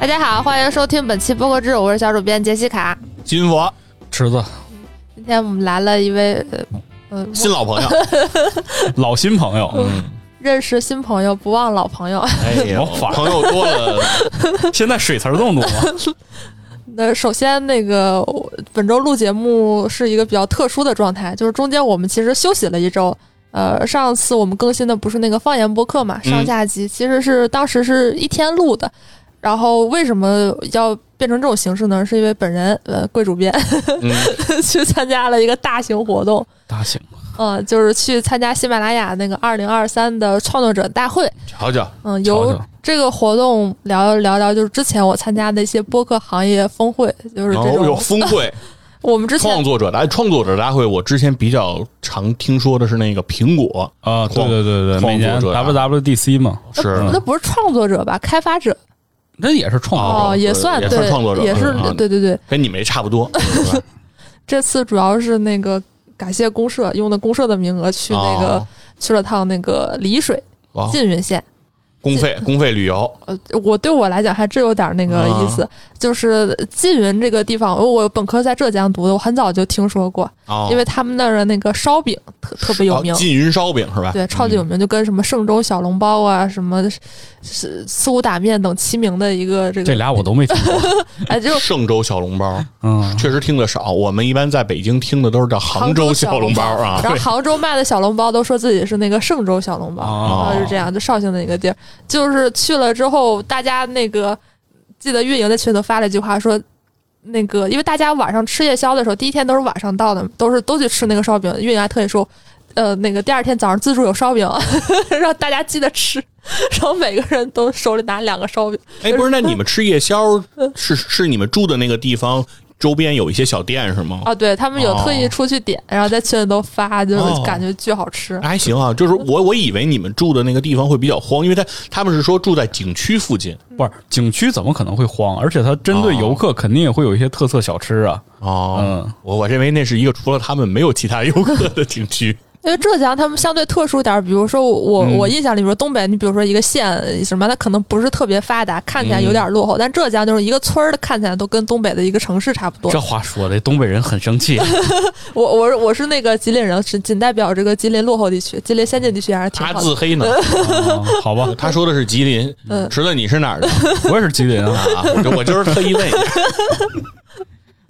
大家好，欢迎收听本期播客制，我是小主编杰西卡。金佛池子，今天我们来了一位呃呃新老朋友， 嗯老新朋友，认识新朋友，不忘老朋友。 哎呦朋友多了，现在水词儿更多了。那首先，那个我本周录节目是一个比较特殊的状态，就是中间我们其实休息了一周。呃，上次我们更新的不是那个方言播客嘛，嗯上下集、其实是当时是一天录的。然后为什么要变成这种形式呢？是因为本人呃贵主编 嗯，去参加了一个大型活动，大型嗯，就是去参加喜马拉雅那个二零二三的创作者大会。瞧瞧，嗯，由瞧瞧这个活动聊聊聊，就是之前我参加的一些播客行业峰会，就是然这后有种峰 会、我们之前创作者大创作者大会，我之前比较常听说的是那个苹果啊，对创对对对，创每年作者啊 WWDC 嘛，是那呃不是创作者吧，开发者那也是创哦作哦，也算也对，算创作者也是嗯对对对。跟你们差不多，是吧这次主要是那个感谢公社用的公社的名额去那个、哦去了趟那个丽水哦缙云县。公费公费旅游，呃，我对我来讲还真有点那个啊意思，就是缙云这个地方，我本科在浙江读的，我很早就听说过，哦因为他们那儿的那个烧饼特特别有名哦。缙云烧饼是吧？嗯对，超级有名，就跟什么嵊州小笼包啊、什么是四五打面等齐名的一个这这个，俩我都没听过。哎，就嵊州小笼包 嗯，确实听得少，我们一般在北京听的都是叫杭州小笼包啊。然后杭州卖的小笼包都说自己是那个嵊州小笼包，啊哦然后就啊这样，就绍兴的一个地儿，就是去了之后，大家那个记得运营的群头发了一句话说。那个，因为大家晚上吃夜宵的时候，第一天都是晚上到的，都是都去吃那个烧饼。运营还特意说，呃，那个第二天早上自助有烧饼， 让大家记得吃。然后每个人都手里拿两个烧饼， 哎，不是，那你们吃夜 宵是是你们住的那个地方周边有一些小店是吗？啊，对他们有特意哦出去点，然后在群里都发，就哦是感觉巨好吃。还行啊，就是我我以为你们住的那个地方会比较荒，因为他他们是说住在景区附近不是景区怎么可能会荒？而且它针对游客，肯定也会有一些特色小吃啊。哦嗯，我我认为那是一个除了他们没有其他游客的景区因为浙江他们相对特殊点儿，比如说我、嗯我印象里，比如东北，你比如说一个县什么，它可能不是特别发达，看起来有点落后，但浙江就是一个村儿的，看起来都跟东北的一个城市差不多这。话说的，东北人很生 气。我我是我是那个吉林人，是仅代表这个吉林落后地区，吉林先进地区还是 挺他好自的。黑呢。啊好吧，他说的是吉林，嗯池子你是哪儿的我也是吉林啊。啊？我就我就是特意问一下，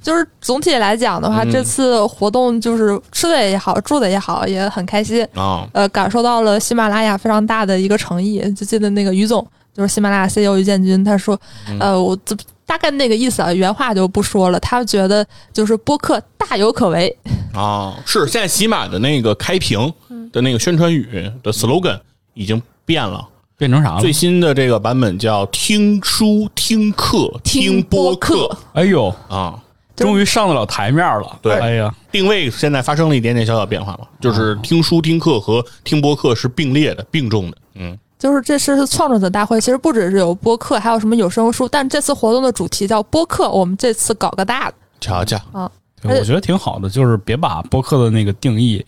就是总体来讲的话，这次活动就是吃的也好，住的也好，也很开心。啊，呃，感受到了喜马拉雅非常大的一个诚意。就记得那个于总，就是喜马拉雅 CEO 于建军，他说，呃，我这大概那个意思啊，原话就不说了。他觉得就是播客大有可为，哦，是现在喜马的那个开屏嗯的那个宣传语的 slogan 已经变了，变成啥了啊最？新的这个版本叫“听书、听课、听播客。哎呦，啊。就是终于上得了台面了。对哎呀，定位现在发生了一点点小小变啊化嘛，就是听书、听课和听播客是并列的、并重的。嗯，就是这次是创作者大会，其实不只是有播客，还有什么有声书，但这次活动的主题叫播客，我们这次搞个大的瞧瞧，啊。而对，且我觉得挺好的，就是别把播客的那个定义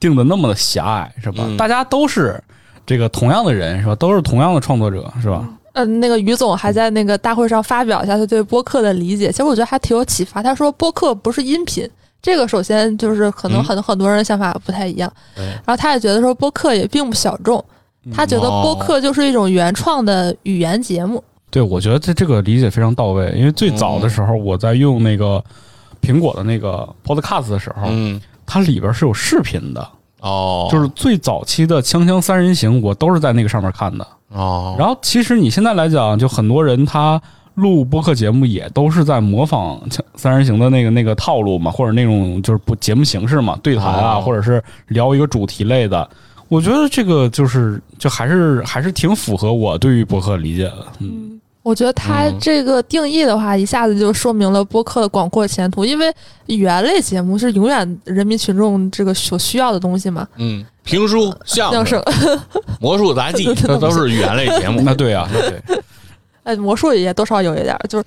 定的那么的狭隘，是吧？嗯大家都是这个同样的人，是吧？都是同样的创作者，是吧？嗯、那个于总还在那个大会上发表一下他对播客的理解，其实我觉得还挺有启发。他说播客不是音频，这个首先就是可能很、很多人想法不太一样，对然后他也觉得说播客也并不小众，他觉得播客就是一种原创的语言节目。对，我觉得这这个理解非常到位，因为最早的时嗯候我在用那个苹果的那个 Podcast 的时候，嗯，它里边是有视频的，哦，哦就是最早期的《锵锵三人行》，我都是在那个上面看的。哦，然后其实你现在来讲，就很多人他录播客节目也都是在模仿《三人行》的那个那个套路嘛，或者那种就是不节目形式嘛，对谈啊，哦或者是聊一个主题类的。我觉得这个就是就还是还是挺符合我对于播客理解的，嗯，我觉得他嗯这个定义的话，一下子就说明了播客的广阔前途，因为语言类节目是永远人民群众这个所需要的东西嘛。嗯，评书、相相声、 声， 魔术杂技，这都是语言类节目。那对啊，那对，呃，魔术也多少有一点儿，就是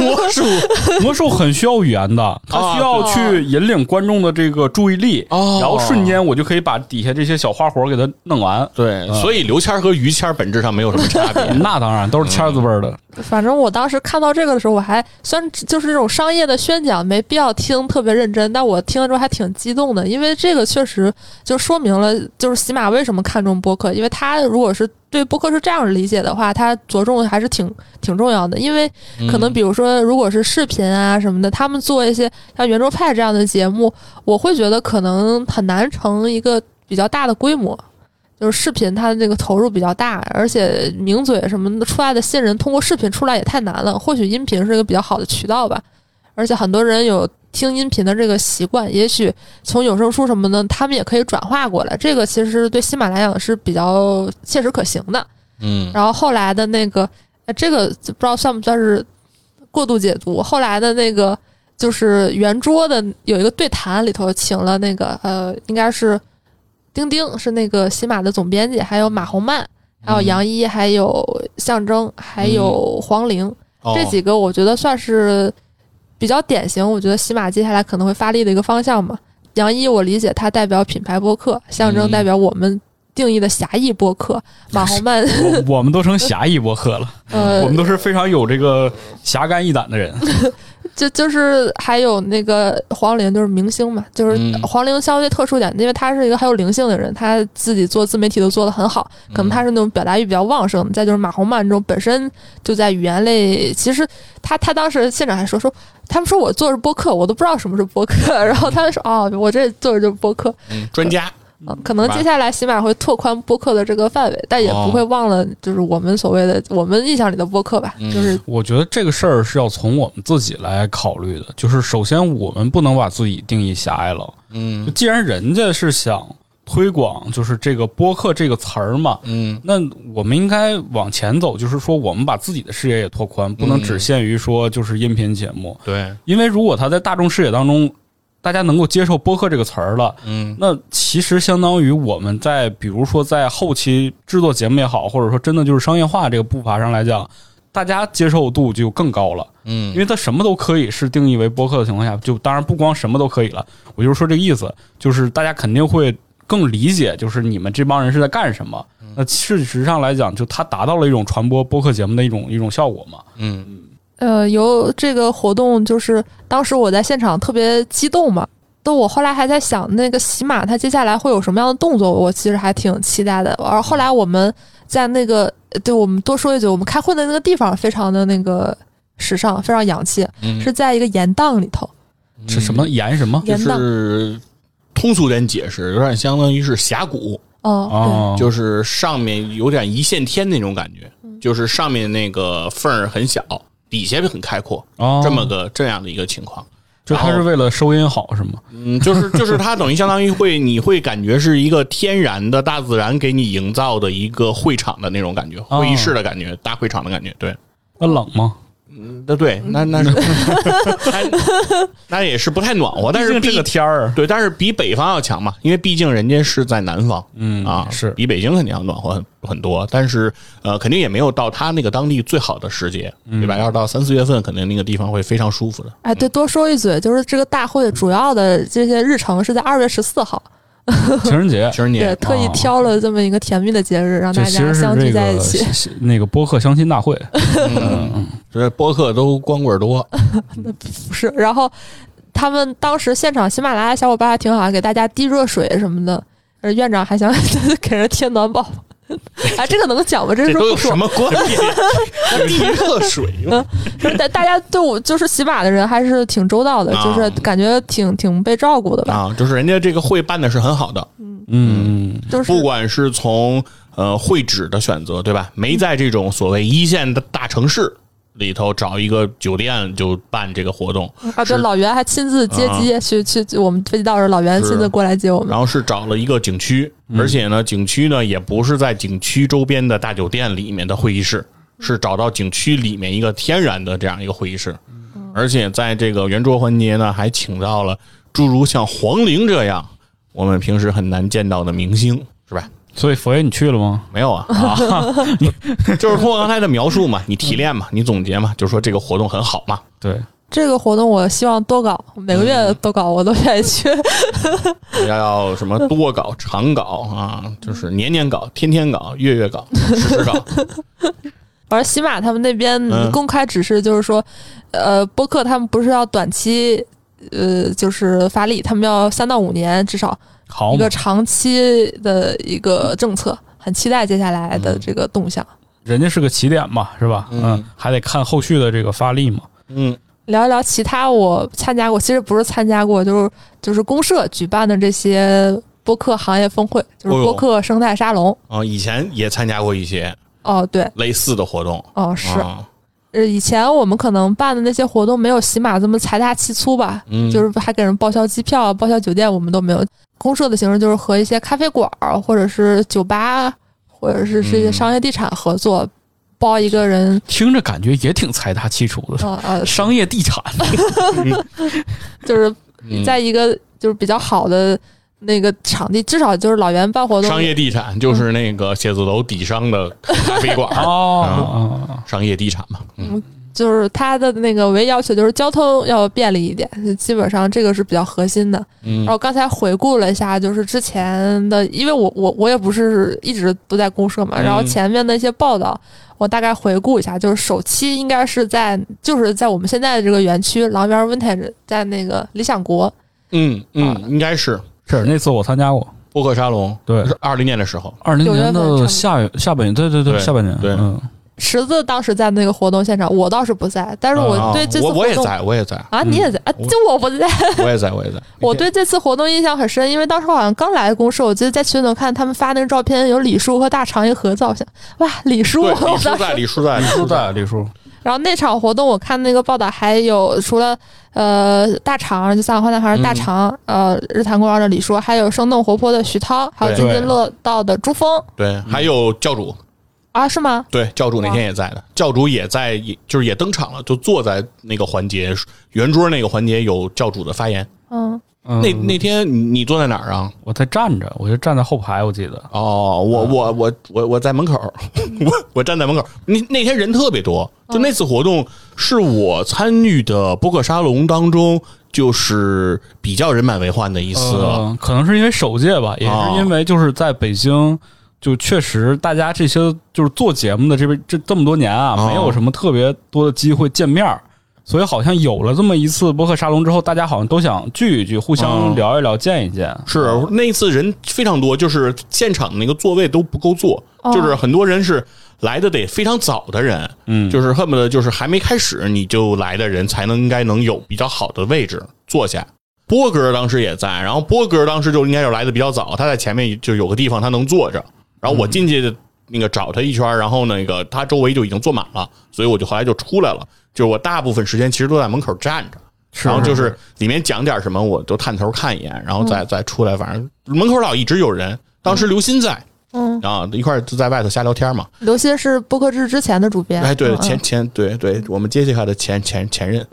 魔术 啊魔术很需要语言的，它需要去引领观众的这个注意力，哦然后瞬间我就可以把底下这些小花活给它弄完。对，嗯所以刘谦儿和于谦儿本质上没有什么差 别。那当然都是签字辈儿的，反正我当时看到这个的时候，我还虽然就是这种商业的宣讲没必要听特别认真，但我听了之后还挺激动的，因为这个确实就说明了，就是喜马为什么看重播客，因为他如果是对播客是这样理解的话，他着重还是挺挺重要的，因为嗯可能比如说如果是视频啊什么的，他们做一些像圆桌派这样的节目，我会觉得可能很难成一个比较大的规模。就是视频，它的那个投入比较大，而且名嘴什么的出来的新人通过视频出来也太难了。或许音频是一个比较好的渠道吧，而且很多人有听音频的这个习惯，也许从有声书什么的，他们也可以转化过来。这个其实对喜马来讲是比较切实可行的。嗯，然后后来的那个，呃这个就不知道算不算是过度解读。后来的那个就是圆桌的有一个对谈里头，请了那个呃，应该是丁丁是那个喜马的总编辑，还有马红曼，还嗯有杨一，还有象征，还有黄龄、哦这几个，我觉得算是比较典型。我觉得喜马接下来可能会发力的一个方向嘛。杨一，我理解他代表品牌播客，象征嗯代表我们定义的狭义播客，马红 曼嗯我我们都成侠义播客了，呃我，们都是非常有这个侠肝义胆的人。就就是还有那个黄龄，就是明星嘛，就是嗯黄龄相对特殊一点，因为他是一个很有灵性的人，他自己做自媒体都做得很好，可能他是那种表达欲比较旺盛的。再就是马红曼这种本身就在语言类，其实他他当时现场还说说，他们说我做的是播客，我都不知道什么是播客，然后他就说哦，我这做的就是播客，嗯专家嗯，可能接下来起码会拓宽播客的这个范围，但也不会忘了就是我们所谓的我们印象里的播客吧，就是我觉得这个事儿是要从我们自己来考虑的，就是首先我们不能把自己定义狭隘了。嗯就既然人家是想推广，就是这个播客这个词儿嘛，嗯那我们应该往前走，就是说我们把自己的视野也拓宽，不能只限于说就是音频节目，对因为如果它在大众视野当中，大家能够接受播客这个词儿了。嗯那其实相当于我们在，比如说在后期制作节目也好，或者说真的就是商业化这个步伐上来讲，大家接受度就更高了。因嗯为它什么都可以是定义为播客的情况下，就当然不光什么都可以了，我就是说这个意思，就是大家肯定会更理解，就是你们这帮人是在干什么。嗯那事实上来讲，就它达到了一种传播播客节目的一种一种效果嘛。嗯呃，由这个活动，就是当时我在现场特别激动嘛。但我后来还在想，那个喜马它接下来会有什么样的动作，我其实还挺期待的。而后来我们在那个，对我们多说一句，我们开会的那个地方非常的那个时尚，非常洋气，嗯是在一个盐档里头。是什嗯么言什么？就盐档，是通俗点解释，有点相当于是峡谷，哦，就就是上面有点一线天那种感觉，嗯就是上面那个缝儿很小，底下很开阔，哦这么个这样的一个情况。就它是为了收音好是吗？嗯，就是就是它等于相当于会，你会感觉是一个天然的大自然给你营造的一个会场的那种感觉，哦会议室的感觉，大会场的感觉，对。那冷吗？嗯那对，那 那是，那那也是不太暖和，但是比毕竟这个天儿，对，但是比北方要强嘛，因为毕竟人家是在南方，嗯啊，是 比北京肯定要暖和很很多，但是呃，肯定也没有到他那个当地最好的时节，对嗯吧？要是到三四月份，肯定那个地方会非常舒服的。哎，对，多说一嘴，就是这个大会主要的这些日程是在二月十四号，情人节。情人对，节，特意哦挑了这么一个甜蜜的节日，让这大其家实是相这聚在一个起。是那个播客相亲大 会，嗯，这播客都光棍多，不是，然后他们当时现场喜马拉雅小伙伴还挺好，给大家滴热水什么的。呃，院长还想 给人贴暖宝， 哎，这个能讲吗？这这是都不有说什，么关 系？地热水吗就是大大家对我就是喜马的人还是挺周到的，啊就是感觉挺挺被照顾的吧。啊，就是人家这个会办的是很好的，嗯，就是不管是从呃会址的选择，对吧？没在这种所谓一线的大城市里头找一个酒店就办这个活动，啊，对，是老袁还亲自接啊机，去去去我们飞机到时候，老袁是亲自过来接我们然。后是找了一个景区，而且呢，景区呢也不是在景区周边的大酒店里面的会议室，是找到景区里面一个天然的这样一个会议室，而且在这个圆桌环节呢，还请到了诸如像黄龄这样我们平时很难见到的明星，是吧？所以佛爷你去了吗？没有啊，啊你就是通过刚才的描述嘛，你提炼嘛，你总结嘛，就说这个活动很好嘛。对，这个活动我希望多搞，每个嗯月都搞，我都愿意去。要要什么多搞、常搞啊，就是年年搞、天天搞、月月搞、时时搞。而喜马他们那边嗯公开指示就是说，呃，播客他们不是要短期，呃，就是发力，他们要三到五年至少好一嘛个，长期的一个政策，很期待接下来的这个动向。人家是个起点嘛，是吧？嗯嗯，还得看后续的这个发力嘛。嗯聊一聊其他我参加过，其实不是参加过，就是就是公社举办的这些播客行业峰会，就是哦哟播客生态沙龙。啊，以前也参加过一些哦，对，类似的活动。哦是，啊呃，以前我们可能办的那些活动没有喜马这么财大气粗吧，嗯就是还给人报销机票、啊报销酒店，我们都没有。公社的形式就是和一些咖啡馆儿或者是酒吧，或者是这些嗯商业地产合作，包一个人，听着感觉也挺财大气粗的，呃呃，商业地产。就是嗯在一个就是比较好的那个场地，至少就是老袁办活动，嗯商业地产就是那个写字楼底商的咖 啡馆儿，哦，哦商业地产嘛。嗯就是他的那个唯一要求就是交通要便利一点，基本上这个是比较核心的。然嗯后刚才回顾了一下，就是之前的，因为我我我也不是一直都在公社嘛，嗯然后前面的一些报道，我大概回顾一下，就是首期应该是在就是在我们现在的这个园区狼园 Vintage，在那个理想国，嗯嗯，应该是是那次我参加过，播客沙龙，对是二零年的时候。二零九月年份差不的多下月下半年，对对对，对下半年，对嗯，池子当时在那个活动现场，我倒是不在，但是啊我对这次活我动、我也在，我也在，啊，你也在、啊，我就我不在，。我也在，我也在 我对这次活动印象很深，因为当时好像刚来公社，我记得在群里头看他们发那个照片，有李叔和大长一合照，我想哇，李叔，对我李叔当时在，李叔在，李叔叔在，在李叔，然后那场活动，我看那个报道还有除了呃大肠，就三好坏男孩儿大肠，呃日坛公园的李叔，还有生动活泼的徐涛，还有嗯对津津乐道的朱峰对，还有教主，啊，是吗？对，教主那天也在的，教主也在，也就是也登场了，就坐在那个环节圆桌那个环节有教主的发言。嗯，嗯那那天你你坐在哪儿啊？我在站着，我就站在后排，我记得哦，我我我我我在门口，我我站在门口。那那天人特别多，就那次活动是我参与的播客沙龙当中，就是比较人满为患的一次了。呃可能是因为首届吧，也哦是因为就是在北京。就确实，大家这些就是做节目的这边这这么多年啊，哦没有什么特别多的机会见面儿，所以好像有了这么一次播客沙龙之后，大家好像都想聚一聚，互哦相聊一聊，见一见。是那次人非常多，就是现场那个座位都不够坐，哦就是很多人是来的得非常早的人，嗯就是恨不得就是还没开始你就来的人才能应该能有比较好的位置坐下。波哥当时也在，然后波哥当时就应该是来的比较早，他在前面就有个地方他能坐着，然后我进去那个找他一圈，然后那个他周围就已经坐满了，所以我就后来就出来了，就是我大部分时间其实都在门口站着。是然后就是里面讲点什么，我都探头看一眼，然后再再出来。反正门口老一直有人，当时刘鑫在，嗯，啊，一块儿就在外头瞎聊天嘛。刘鑫是播客制之前的主编，哎，对，嗯前嗯前对对，我们杰西卡的前前前任，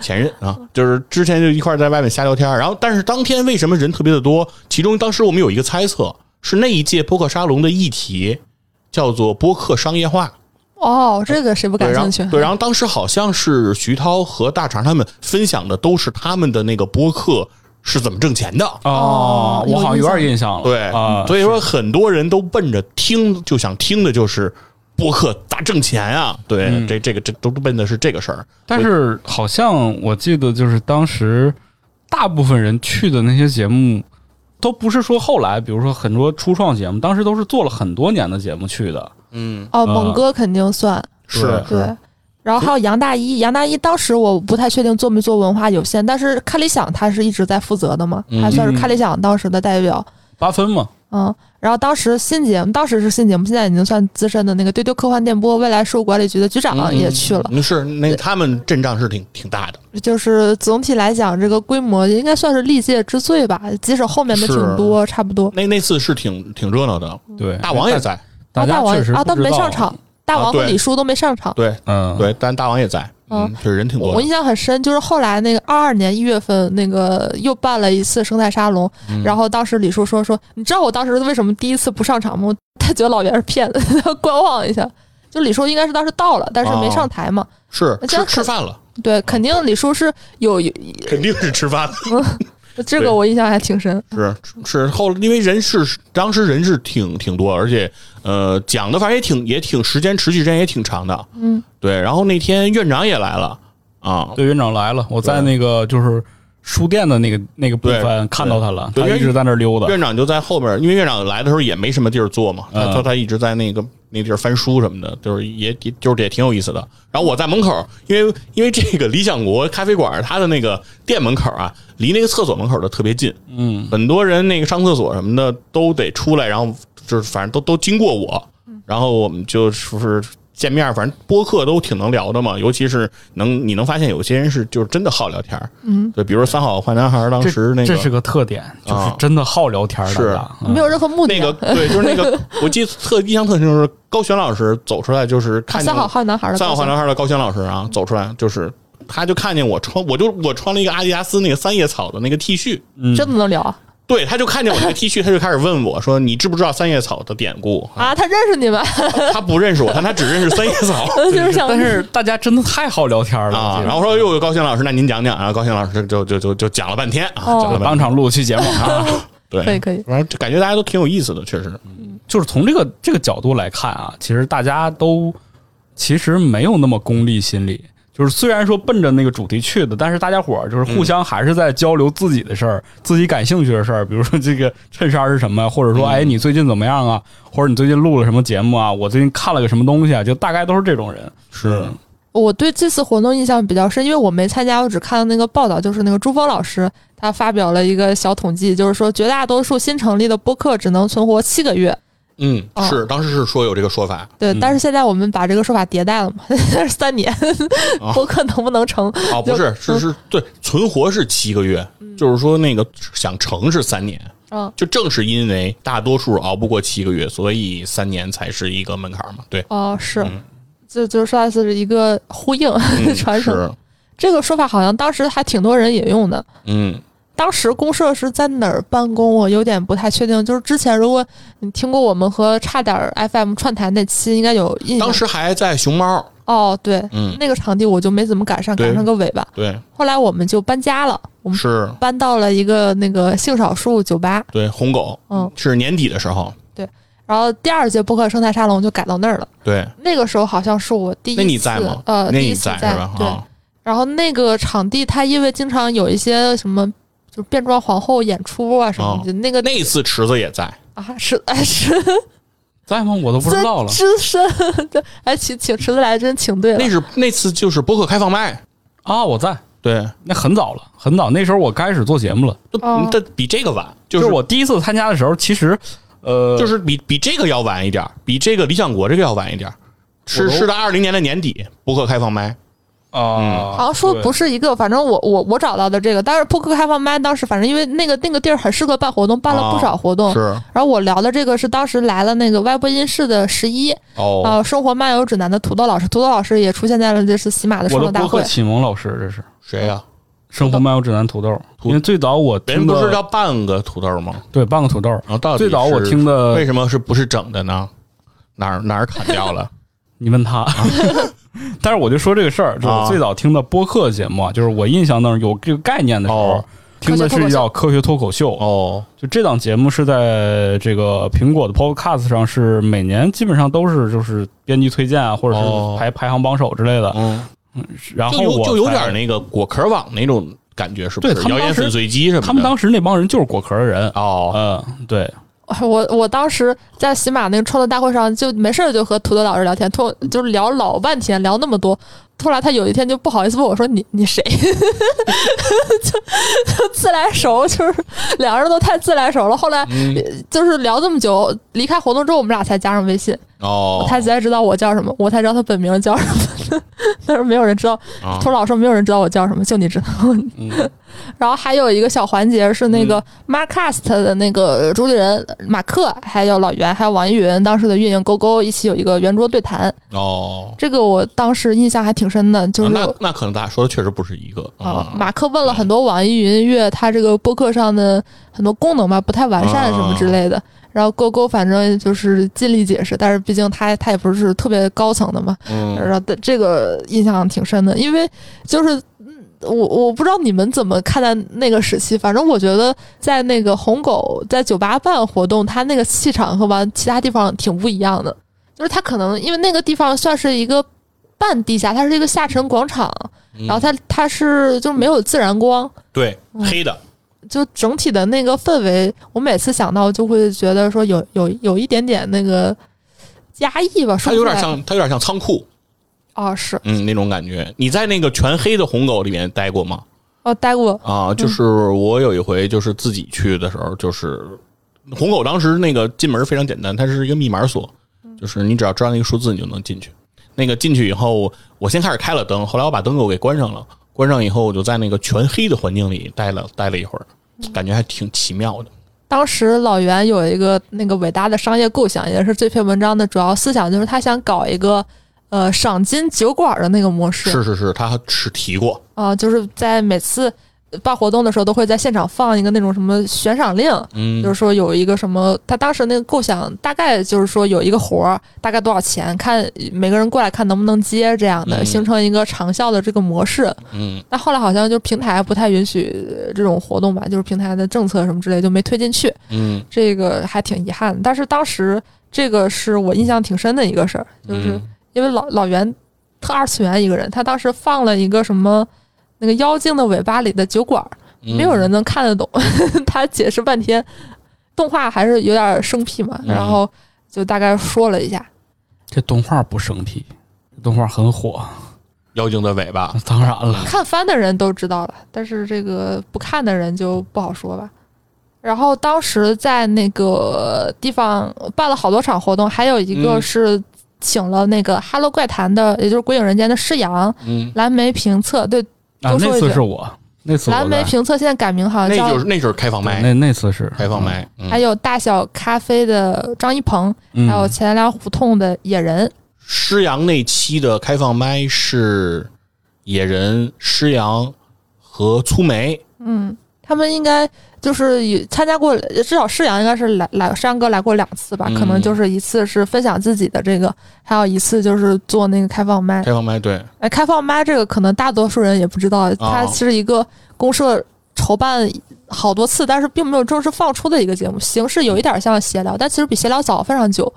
前任啊，就是之前就一块儿在外面瞎聊天。然后，但是当天为什么人特别的多？其中当时我们有一个猜测，是那一届播客沙龙的议题叫做播客商业化。哦，这个谁不对，感然兴后趣？对，然后当时好像是徐涛和大肠他们分享的都是他们的那个播客是怎么挣钱的。哦哦，我好像有点印象了。对嗯啊，所以说很多人都奔着听就想听的就是播客咋挣钱啊？对，嗯这这个这都奔的是这个事儿。但是好像我记得，就是当时大部分人去的那些节目，都不是说后来，比如说很多初创节目，当时都是做了很多年的节目去的。嗯，哦，嗯猛哥肯定算、是对。然后还有杨大一，杨大一当时我不太确定做没做文化有限，但是看理想他是一直在负责的嘛，嗯他算是看理想当时的代表。八分嘛，嗯，然后当时新节目，当时是新节目，现在已经算资深的那个丢丢科幻电波未来事务管理局的局长嗯也去了。嗯是那他们阵仗是挺挺大的，就是总体来讲，这个规模应该算是历届之最吧，即使后面的是挺多，差不多。那那次是挺挺热闹的，对，大王也，在，啊，大嗯大家王确实啊，不都知没道上场，大王和对李叔都没上场。对嗯，对，但大王也在，嗯，确实人挺多我的印。象很深，就是后来那个二二年一月份，那个又办了一次生态沙龙，嗯然后当时李叔说说，你知道我当时为什么第一次不上场吗？ 他觉得老袁是骗子， 他观望一下。就李叔应该是当时到了，但是没上台嘛。是那这吃样吃饭了，对，肯定李叔是有有肯定是吃饭了。这对个我印象还挺深。是是后，因为人是当时人是挺挺多，而且呃讲的反正也挺也挺时间持续时间也挺长的，嗯，对。然后那天院长也来了啊，对，院长来了，我在对那个就是书店的那个那个部对分看到他了，对他一直在那儿溜达。院长就在后边，因为院长来的时候也没什么地儿坐嘛，他嗯他他一直在那个那地儿翻书什么的，就是也也就是也挺有意思的。然后我在门口，因为因为这个理想国咖啡馆它的那个店门口啊，离那个厕所门口的特别近，嗯，很多人那个上厕所什么的都得出来，然后就是反正都都经过我，然后我们就是见面，反正播客都挺能聊的嘛，尤其是能你能发现有些人是就是真的好聊天，嗯，对，比如说三好坏男孩当这时那这是个。个特点，就是啊真的好聊天儿是的啊，没有任何目的 那啊。 个对，就是那个，我记得特印象特深，就是高璇老师走出来，就是啊看见三好坏男孩的三好坏故事男孩的高璇老师啊，走出来就是，他就看见我穿，我就我穿了一个阿迪达斯那个三叶草的那个 T 恤，嗯真的能聊啊？对，他就看见我那个 T 恤，他就开始问我说：“你知不知道三叶草的典故？”啊，他认识你们， 他不认识我，但他只认识三叶草就是想但 是大家真的太好聊天儿了啊我。觉得然后说又有高兴老师，那您讲讲。然后高兴老师就就就就讲了半天啊，哦讲了半当天，场录期节目 啊，可以对，可以，反正就感觉大家都挺有意思的，确实，就是从这个这个角度来看啊，其实大家都其实没有那么功利心理。就是虽然说奔着那个主题去的，但是大家伙儿就是嗯互相还是在交流自己的事儿、自己感兴趣的事儿，比如说这个衬衫是什么，或嗯者说哎你最近怎么样啊，或者你最近录了什么节目啊，我最近看了个什么东西啊，就大概都是这种人。嗯是我对这次活动印象比较深，因为我没参加，我只看到那个报道，就是那个朱峰老师他发表了一个小统计，就是说绝大多数新成立的播客只能存活七个月。嗯，哦是当时是说有这个说法，对，嗯但是现在我们把这个说法迭代了嘛， 三年 哦播客能不能成？ 哦，不是，是是对，存活是七个月，就是说那个想成是三年，嗯，就正是因为大多数熬不过七个月，所以三年才是一个门槛嘛， 对，哦，是，就就算是一个呼应、嗯传承。是，这个说法好像当时还挺多人引用的，嗯，当时公社是在哪儿办公，我有点不太确定。就是之前，如果你听过我们和差点儿 FM 串台那期，应该有印象。当时还在熊猫，哦，对，嗯，那个场地我就没怎么赶上，对赶上个尾巴。对，后来我们就搬家了，我们是，搬到了一个那个性少数酒吧。对，红狗，嗯，是年底的时候，然后第二届播客生态沙龙就改到那儿了。对，那个时候好像是我第一次，那你在吗？呃，那第你一次在是吧？对，啊，然后那个场地，它因为经常有一些什么，就变装皇后演出啊什么的，那个那次池子也在，啊是 哎是在吗？我都不知道了。资深， 对，哎，请请池子来真请对了那，是那次就是播客开放麦，啊，我在，对，那很早了，很早，那时候我开始做节目了。都哦这比这个晚，就就是我第一次参加的时候，其实，呃，就是比比这个要晚一点，比这个理想国这个要晚一点，是我都是到二零年的年底播客开放麦，啊，好像说对不是一个，反正我我我找到的这个，但是扑克开放麦当时反正因为那个那个地儿很适合办活动，办了不少活动。是然后我聊的这个是当时来了那个歪播音室的十一，哦，呃，生活漫游指南的土豆老师，土豆老师也出现在了这次喜马的我说的唱大播客会。启蒙老师，这是《谁呀？生活漫游指南》土豆，因为最早我别人听不是的叫半个土豆吗？对半个土豆，然后到底最早我是听为的，什么是不是整的呢？哪儿哪儿砍掉了？你问 他，但是我就说这个事儿，就是啊我最早听的播客节目，啊，就是我印象当中有这个概念的时候哦，听的是叫《科学脱口秀》，哦，就这档节目是在这个苹果的 Podcast 上，是每年基本上都是就是编辑推荐啊，或者哦是排排行榜首之类的。嗯，然后就有我就有才点那个果壳网那种感觉，是不对是？他们谣言当时粉碎机什么的？他们当时那帮人就是果壳的人，哦，嗯，对， 我我当时在喜马那个创作大会上就没事儿就和土豆老师聊天，突就是聊老半天，聊那么多。后来他有一天就不好意思问我说你你谁， 就就自来熟，就是两人都太自来熟了。后来嗯就是聊这么久，离开活动之后我们俩才加上微信，哦，他才知道我叫什么，我才知道他本名叫什么。 但是没有人知道，啊土豆老师没有人知道我叫什么，就你知道。嗯， 然后还有一个小环节是那个嗯 Marcast 的那个主理人马克，还有老袁，还有网易云当时的运营勾勾一起有一个圆桌对谈，哦，这个我当时印象还挺深的，就啊是、那那可能大家说的确实不是一个啊，啊，马克问了很多网易云音乐它这个播客上的很多功能吧，不太完善什啊么之类的。然后勾勾反正就是尽力解释，但是毕竟他他也不是特别高层的嘛，嗯，然后的这个印象挺深的，因为就是嗯我我不知道你们怎么看待那个时期，反正我觉得在那个红狗在酒吧办活动，它那个气场和完其他地方挺不一样的，就是它可能因为那个地方算是一个半地下，它是一个下沉广场，嗯然后它它是就没有自然光，对黑的，就整体的那个氛围，我每次想到就会觉得说有有有一点点那个压抑吧，它说不有出点来像它有点像仓库，哦是嗯，那种感觉。你在那个全黑的红狗里面待过吗？哦待过啊，就是我有一回就是自己去的时候，就是红狗当时那个进门非常简单，它是一个密码锁，嗯就是你只要知道那个数字，你就能进去。那个进去以后，我先开始开了灯，后来我把灯给我给关上了。关上以后，我就在那个全黑的环境里待了待了一会儿，嗯感觉还挺奇妙的。当时老袁有一个那个伟大的商业构想，也是这篇文章的主要思想，就是他想搞一个呃赏金酒馆的那个模式，是是是，他是提过，啊、就是在每次办活动的时候都会在现场放一个那种什么悬赏令，嗯，就是说有一个什么，他当时那个构想大概就是说有一个活儿，大概多少钱，看每个人过来看能不能接这样的，嗯形成一个长效的这个模式。嗯那后来好像就平台不太允许呃这种活动吧，就是平台的政策什么之类就没推进去。嗯这个还挺遗憾的。但是当时这个是我印象挺深的一个事儿，就是嗯因为老老袁特二次元一个人，他当时放了一个什么那个《妖精的尾巴》里的酒馆儿，嗯没有人能看得懂， 他解释半天，动画还是有点生僻嘛，嗯然后就大概说了一下。这动画不生僻，动画很火， 妖精的尾巴，当然了，看番的人都知道了，但是这个不看的人就不好说吧。然后当时在那个地方办了好多场活动，还有一个嗯是请了那个《哈喽怪谈》的，也就是《鬼影人间》的施洋、嗯，蓝莓评测。对，啊，多说一那句次是我，那次蓝我莓在，评测现在改名好像那叫，就是那就是开放对麦，那那次是啊开放，麦，嗯还有大小咖啡的张一鹏，嗯还有钱粮胡同的野人。施阳那期的开放麦是野人、施阳和粗梅，嗯，他们应该就是也参加过，至少世阳应该是来来山哥来过两次吧，嗯可能就是一次是分享自己的这个，还有一次就是做那个开放麦。开放麦对，啊哎，开放麦这个可能大多数人也不知哦道，它是一个公社筹办好多次，但是并没有正式放出的一个节目，形式有一点像闲聊，但其实比闲聊早非常久。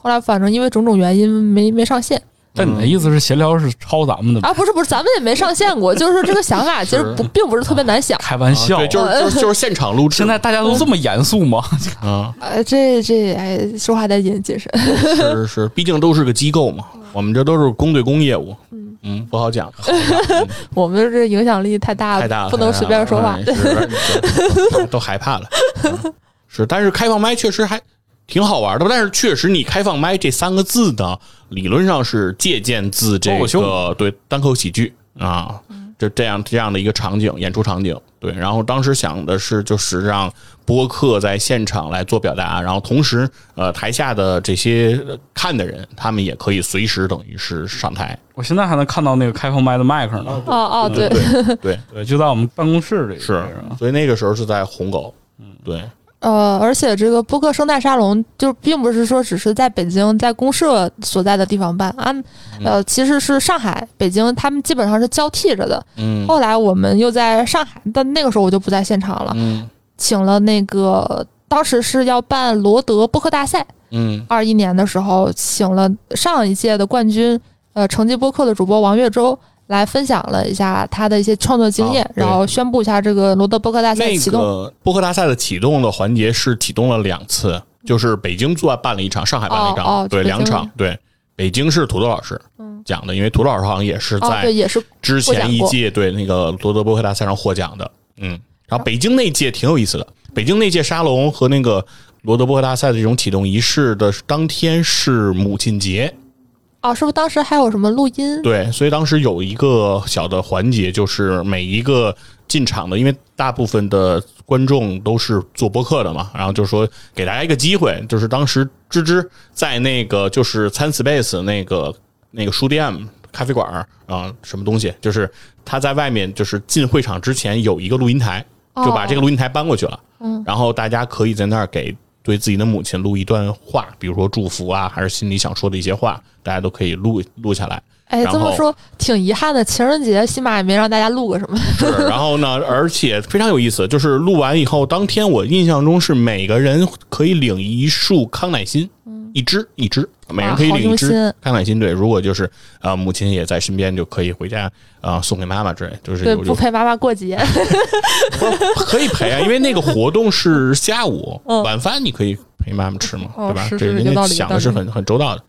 后来反正因为种种原因没没上 线但你的意思是闲聊是抄咱们的吧？啊，不是不是，咱们也没上线过，就是这个想 法其实不并不是特别难想。开玩笑啊，对，就是 就是就是现场录制，现在大家都这么严肃吗？ 啊，呃，这这哎，说话得谨谨慎。是是是，毕竟都是个机构嘛，我们这都是公对公业务，嗯，不好 讲，我们这影响力太大了，太大了，啊不能随便说话。太大了，嗯 是都都害怕了，嗯是，但是开放麦确实还。挺好玩的，但是确实，你开放麦这三个字呢，理论上是借鉴自这脱口秀个对单口喜剧啊，嗯就这样这样的一个场景，演出场景。对，然后当时想的是，就是让播客在现场来做表达，然后同时，呃，台下的这些呃看的人，他们也可以随时等于是上台。我现在还能看到那个开放麦的麦克啊呢，哦哦，对，对， 对，就在我们办公室里，是，所以那个时候是在红狗，嗯对，呃，而且这个播客生态沙龙就并不是说只是在北京，在公社所在的地方办，嗯啊，呃，其实是上海、北京，他们基本上是交替着的。嗯后来我们又在上海，但那个时候我就不在现场了，嗯请了那个当时是要办罗德播客大赛，嗯二一年的时候，请了上一届的冠军，呃，成绩播客的主播王岳洲来分享了一下他的一些创作经验，啊对然后宣布一下这个罗德播客大赛那启动。个播客大赛的启动的环节是启动了两次，就是北京做办了一场，上海办了一场，哦哦对，北京两场，对。北京是土豆老师嗯讲的，因为土豆老师好像也是哦，在对，也是之获前奖一过届对那个罗德播客大赛上获奖的，嗯。然后北京那届挺有意思的，北京那届沙龙和那个罗德播客大赛的这种启动仪式的当天是母亲节，哦，是不是当时还有什么录音？对，所以当时有一个小的环节，就是每一个进场的，因为大部分的观众都是做播客的嘛，然后就说给大家一个机会，就是当时芝芝在那个就是 Tan Space 那个那个书店。咖啡馆儿啊、什么东西，就是他在外面就是进会场之前有一个录音台，哦就把这个录音台搬过去了，嗯，然后大家可以在那儿给对自己的母亲录一段话，比如说祝福啊，还是心里想说的一些话，大家都可以录录下来。哎，然这么后说挺遗憾的，情人节起码也没让大家录个什么。是，然后呢，而且非常有意思，就是录完以后，当天我印象中是每个人可以领一束康乃馨，一支一支，每人可以嗯好领一用支心康乃馨。对，如果就是啊、呃母亲也在身边，就可以回家啊、呃送给妈妈之类，就是对，有不有陪妈妈过节。可以陪啊，因为那个活动是下午、嗯晚饭，你可以陪妈妈吃嘛，哦对吧？是这是人有家道理嗯想有的是道理很很周到的，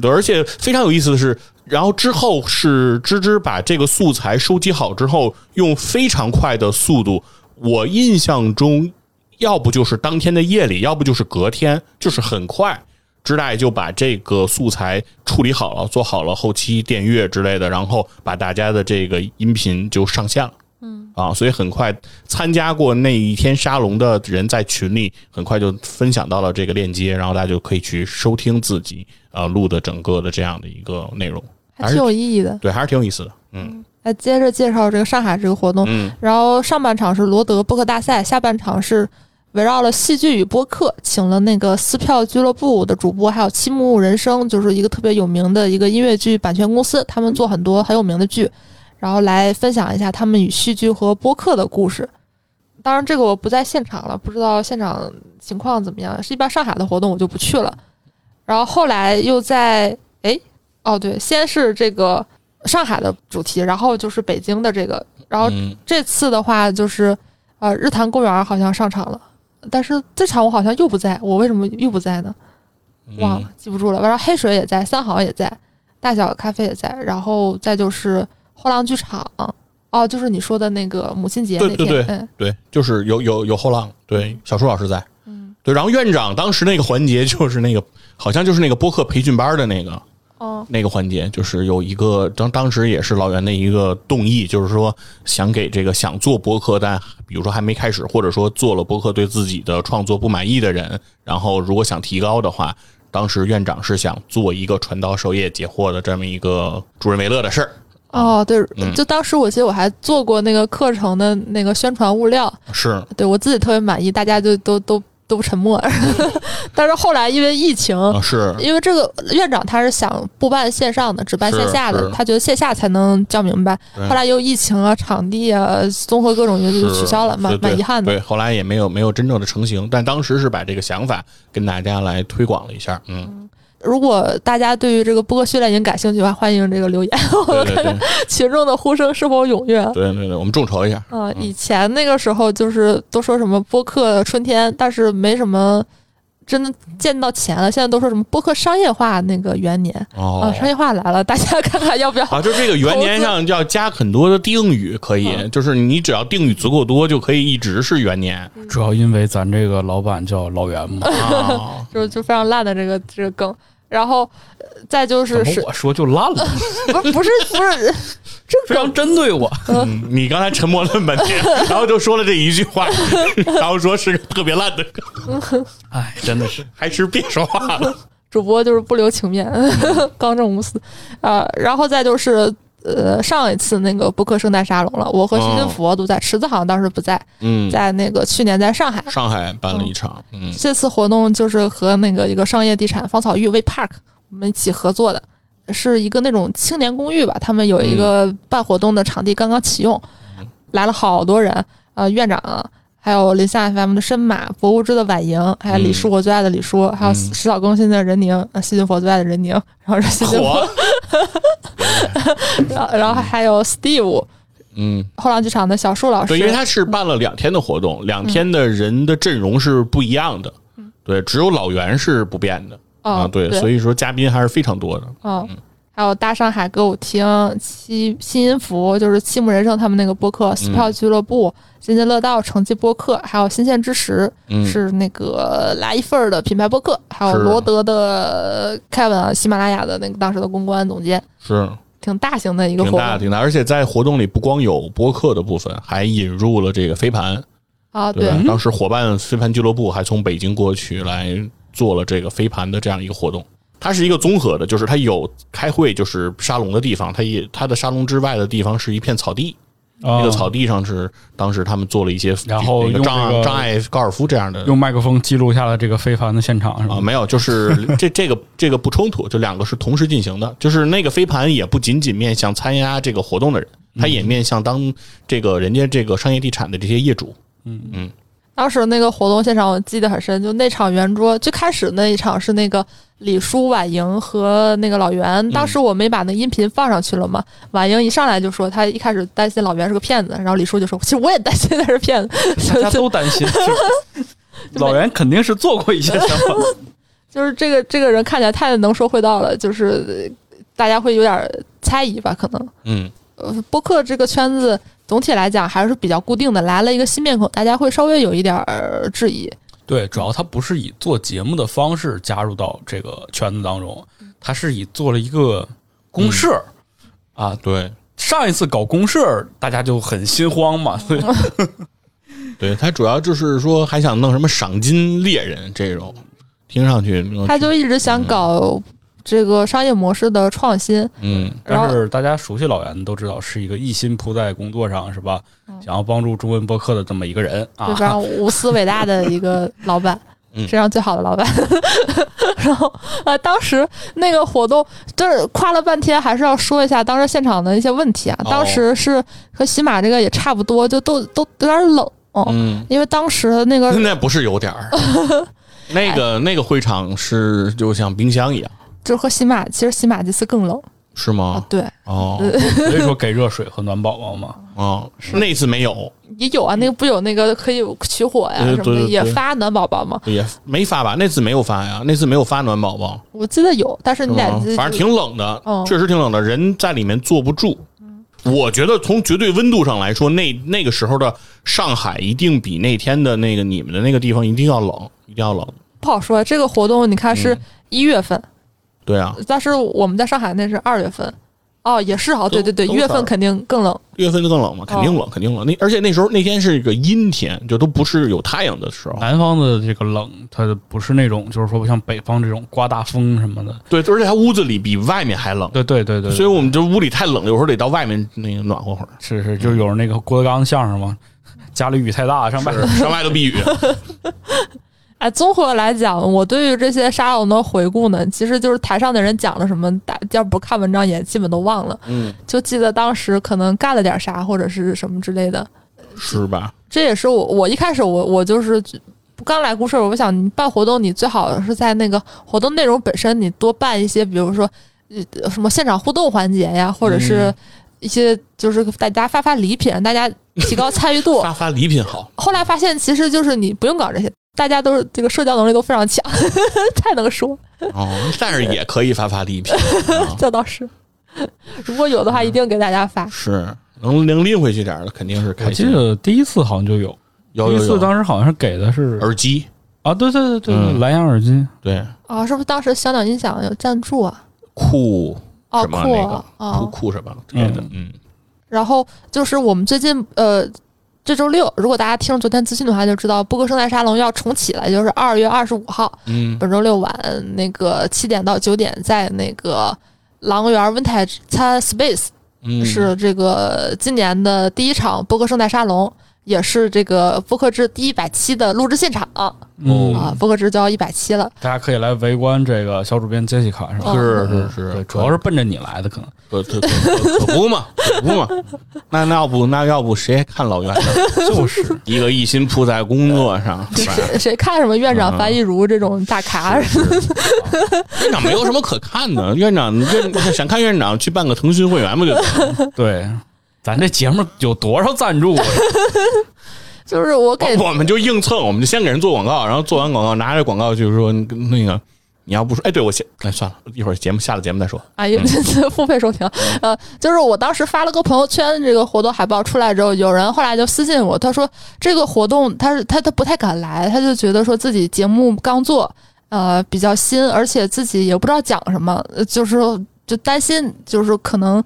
对，而且非常有意思的是，然后之后是芝芝把这个素材收集好之后，用非常快的速度，我印象中，要不就是当天的夜里，要不就是隔天，就是很快。芝大爷就把这个素材处理好了，做好了后期电乐之类的，然后把大家的这个音频就上线了。啊，所以很快参加过那一天沙龙的人在群里很快就分享到了这个链接，然后大家就可以去收听自己呃录的整个的这样的一个内容，还挺有意义的。对，还是挺有意思的。嗯来接着介绍这个上海这个活动，嗯，然后上半场是罗德播客大赛，下半场是围绕了戏剧与播客，请了那个撕票俱乐部的主播，还有七木人生，就是一个特别有名的一个音乐剧版权公司，他们做很多很有名的剧，然后来分享一下他们与戏剧和播客的故事。当然，这个我不在现场了，不知道现场情况怎么样。是一般上海的活动我就不去了。然后后来又在哎哦对，先是这个上海的主题，然后就是北京的这个，然后嗯这次的话就是，呃，日坛公园好像上场了，但是这场我好像又不在，我为什么又不在呢？嗯忘了，记不住了。然后黑水也在，三好也在，大小咖啡也在，然后再就是后浪剧场，哦，就是你说的那个母亲节那对天，对嗯对，就是有有有后浪，对，小舒老师在，嗯，对，然后院长当时那个环节就是那个好像就是那个播客培训班的那个，哦，那个环节，就是有一个当当时也是老袁的一个动议，就是说想给这个想做播客但比如说还没开始，或者说做了播客对自己的创作不满意的人，然后如果想提高的话，当时院长是想做一个传道授业解惑的这么一个助人为乐的事儿，哦，对，嗯就当时我记得我还做过那个课程的那个宣传物料，是对我自己特别满意，大家就都都都沉默。 但是后来因为疫情，啊是因为这个院长他是想不办线上的，只办线下是的是，他觉得线下才能教明白。对后来又疫情啊、场地啊，综合各种因素就是取消了，蛮对对蛮遗憾的。对，后来也没有没有真正的成型，但当时是把这个想法跟大家来推广了一下， 嗯，如果大家对于这个播客训练营感兴趣的话，欢迎这个留言， 我对们对看对看群众的呼声是否踊跃。对对对，我们众筹一下，嗯，以前那个时候就是都说什么播客春天，但是没什么真的见到钱了。现在都说什么播客商业化那个元年啊、哦，商业化来了，大家看看要不要。啊，就这个元年上要加很多的定语，可以，就是你只要定语足够多，就可以一直是元年主要因为咱这个老板叫老袁嘛，啊就就非常烂的这个这个梗。然后呃再就是怎么是我说就烂 了，不是不是不是 非常针对我。 嗯你刚才沉默了半天，然后就说了这一句话， 然后说是个特别烂的，哎，真的是还是别说 话了。主播就是不留情面， 刚正无私啊、呃然后再就是呃上一次那个播客圣诞沙龙了，我和徐哦金佛都在，池子好像当时不在，嗯，在那个去年在上海。上海办了一场， 嗯，这次活动就是和那个一个商业地产芳草玉 V Park 我们一起合作的，是一个那种青年公寓吧，他们有一个嗯办活动的场地刚刚启用，来了好多人，呃，院长。还有林下 FM 的深马，博物志的婉莹，还嗯有李叔我最爱的李叔，还有石岛更新的任宁，呃细菌佛最爱的任宁，然后是细菌佛，火，然后然后还有 Steve 嗯，后浪剧场的小树老师，对，因为他是办了两天的活嗯动，两天的人的阵容是不一样的，对，只有老袁是不变的啊，哦对，所以说嘉宾还是非常多的，嗯，还有大上海歌舞厅、七新音符，就是七木人生他们那个播嗯客、撕票俱乐部、津津乐道、成绩播客，还有新鲜之时、嗯，是那个来一份儿的品牌播客，还有是罗德的 Kevin 啊喜马拉雅的那个当时的公关总监，是，挺大型的一个活挺大的，动挺大，而且在活动里不光有播客的部分，还引入了这个飞盘，啊，对对吧嗯当时伙伴飞盘俱乐部还从北京过去来做了这个飞盘的这样一个活动，它是一个综合的，就是它有开会，就是沙龙的地方，它也它的沙龙之外的地方是一片草地，啊那个草地上是当时他们做了一些，哦然后那用个障这个障碍高尔夫这样的用麦克风记录下了这个非凡的现场是吧？啊，没有，就是 这这个这个不冲突，就两个是同时进行的。就是那个飞盘也不仅仅面向参加这个活动的人，它嗯也面向当这个人家这个商业地产的这些业主。当时那个活动现场我记得很深，就那场圆桌最开始那一场是那个李叔、婉莹和那个老袁。当嗯时我没把那音频放上去了嘛，婉莹一上来就说她一开始担心老袁是个骗子，然后李叔就说其实我也担心他是 骗子， 大家都担心，就是老袁肯定是做过一些什么， 就是这个这个人看起来太能说会道了，就是呃大家会有点猜疑吧，可能。嗯，呃，播客这个圈子总体来讲还是比较固定的，来了一个新面孔，大家会稍微有一点儿质疑。对，主要他不是以做节目的方式加入到这个圈子当中，嗯他是以做了一个嗯公社。啊，对上一次搞公社，大家就很心慌嘛，嗯所以对，他主要就是说还想弄什么赏金猎人这种，听上去他就一直想搞这个商业模式的创新，嗯然 但后是大家熟悉老袁的都知道，是一个一心扑在工作上，是吧？想要帮助中文播客的这么一个人嗯对啊，非常无私伟大的一 个老板嗯。这样最好的老板， 然后呃，当时那个活动就是夸了半天，还是要说一下当时现场的一些问题啊。哦当时是和喜马这个也差不多，就都都有点冷，嗯，因为当时那个那不是有点 儿。那个那个会场是就像冰箱一样，就是和喜马，其实喜马这次更冷是啊吗。？对，哦所以说给热水和暖宝宝嗯嘛。哦，那次没有，也有啊，那个不有那个可以取火呀呃什么对的，对也对发暖宝宝吗？也没发吧？那次没有发呀，那次没有发暖宝宝。我记得有，但是是嗯你俩吗自己哦反正挺冷的，嗯确实挺冷的，人在里面坐不住。我觉得从绝对温度上来说，那那个时候的上海一定比那天的那个你们的那个地方一定要冷，一定要冷。不好说。这个活动你看嗯是一月份，对啊，但是我们在上海那是二月份，哦，也是哈，对对对，都一是月份肯定更冷。六月份就更哦冷嘛，肯定冷，肯定冷。那而且那时候那天是一个阴天，就都不是有太阳的时嗯候。南方的这个冷，它不是那种就是说像北方这种刮大风什么的。对，而且它屋子里比外面还冷，对对对对，所以以我们就屋里太冷，有时候得到外面那个暖和会儿。是是，就是有那个郭德纲相声嘛，家里雨太大，上外头上外 头避雨，哎，综合来讲，我对于这些沙龙的回顾呢，其实就是台上的人讲了什么，大要不看文章也基本都忘了，嗯，就记得当时可能干了点啥或者是什么之类的。是吧？这也是我我一开始我我就是刚来公社，我想你办活动，你最好是在那个活动内容本身，你多办一些，比如说呃什么现场互动环节呀，或者是嗯一些就是大家发发礼品，让大家提高参与度。 发发礼 品好，后来发现，其实就是你不用搞这些，大家都是这个社交能力都非常强， 太能说，哦，但是也可以发 发礼品。啊这倒是。如果有的嗯话，一定给大家发。是能能拎回去点儿的，肯定是我开记心。得第一次好像就有，有第一有次有当时好像是给的是耳机，啊，对对对对，嗯蓝牙耳机，对，啊，是不是当时小鸟音响有赞助啊？酷哦，什酷么啊那个哦酷酷什么之类的，嗯然后就是我们最近呃，这周六，如果大家听了昨天资讯的话，就知道播客生态沙龙要重启了，就是二月二十五号，嗯本周六晚那个七点到九点，在那个狼园 Vintage 餐 Space 嗯，是这个今年的第一场播客生态沙龙。也是这个播客制第一百期的录制现场哦啊，嗯，播客制就要一百期了，大家可以来围观这个小主编杰西卡是吧？哦是是是，对，主要是奔着你来的，可能 可可可可可不嘛，可不嘛。那那要不那要不谁还看老袁 呢？就是一个一心扑在工作 上，是吧？谁谁看什么院长嗯樊亦茹这种大咖，院长没有什么可看的， 院长院想看院长去办个腾讯会员不就得了？对。咱这节目有多少 赞助啊？ 就是我给我我们就硬蹭，我们就先给人做广告，然后做完广告拿着广告就说那个你要不说，哎，对我先哎算了，一会儿节目下了节目再说。哎呀，付费收听， 呃，就是我当时发了个朋友圈，这个活动海报出来之后，有人后来就私信我，他说这个活动他是他他不太敢来，他就觉得说自己节目刚做，呃，比较新，而且自己也不知道讲什么，呃就是就担心就是可能。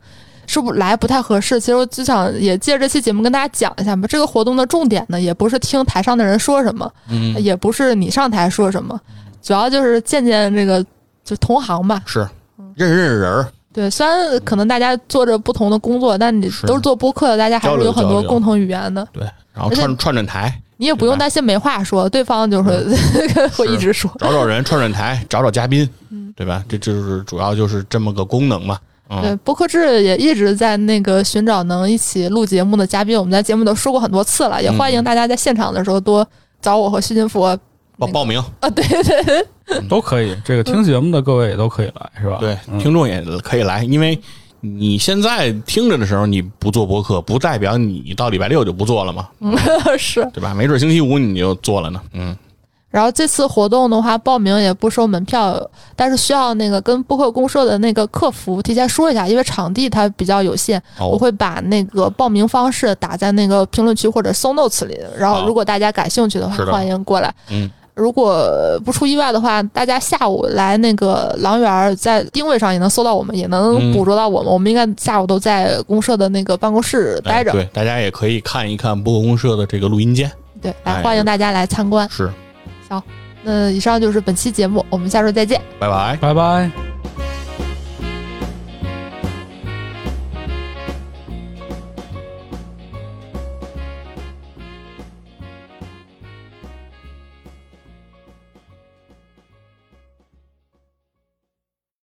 是不来不太合适，其实我就想也借这期节目跟大家讲一下吧。这个活动的重点呢，也不是听台上的人说什么，嗯也不是你上台说什么，主要就是见见这个就同行吧。是认识认识人儿，对，虽然可能大家做着不同的工作，但你嗯是都是做播客的，大家还交是流有很交多流共同语言的。对，然而后且串串串台，你也不用担心没话说，对方就是嗯 会一直说。找找人串串台，找找嘉宾，嗯对吧？这就是主要就是这么个功能嘛。对嗯，，播客制也一直在那个寻找能一起录节目的嘉宾，我们在节目都说过很多次了，也嗯欢迎大家在现场的时候多找我和徐金佛报报名，啊，对对对，都可以。这个听节目的各位也都可以来，是吧？对，嗯听众也可以来，因为你现在听着的时候你不做播客，不代表你到礼拜六就不做了嘛，嗯 是。对吧？没准星期五你就做了呢。嗯，然后这次活动的话，报名也不收门票，但是需要那个跟播客公社的那个客服提前说一下，因为场地它比较有限，我哦，会把那个报名方式打在那个评论区或者 show notes 里。然后好如果大家感兴趣的话是，的欢迎过来。嗯，如果不出意外的话，大家下午来那个狼园儿，在定位上也能搜到我们，也能嗯捕捉到我们。我们应该下午都在公社的那个办公室待哎着，对，大家也可以看一看播客公社的这个录音间，对，来哎欢迎大家来参观。是，那以上就是本期节目，我们下周再见。拜拜。拜拜。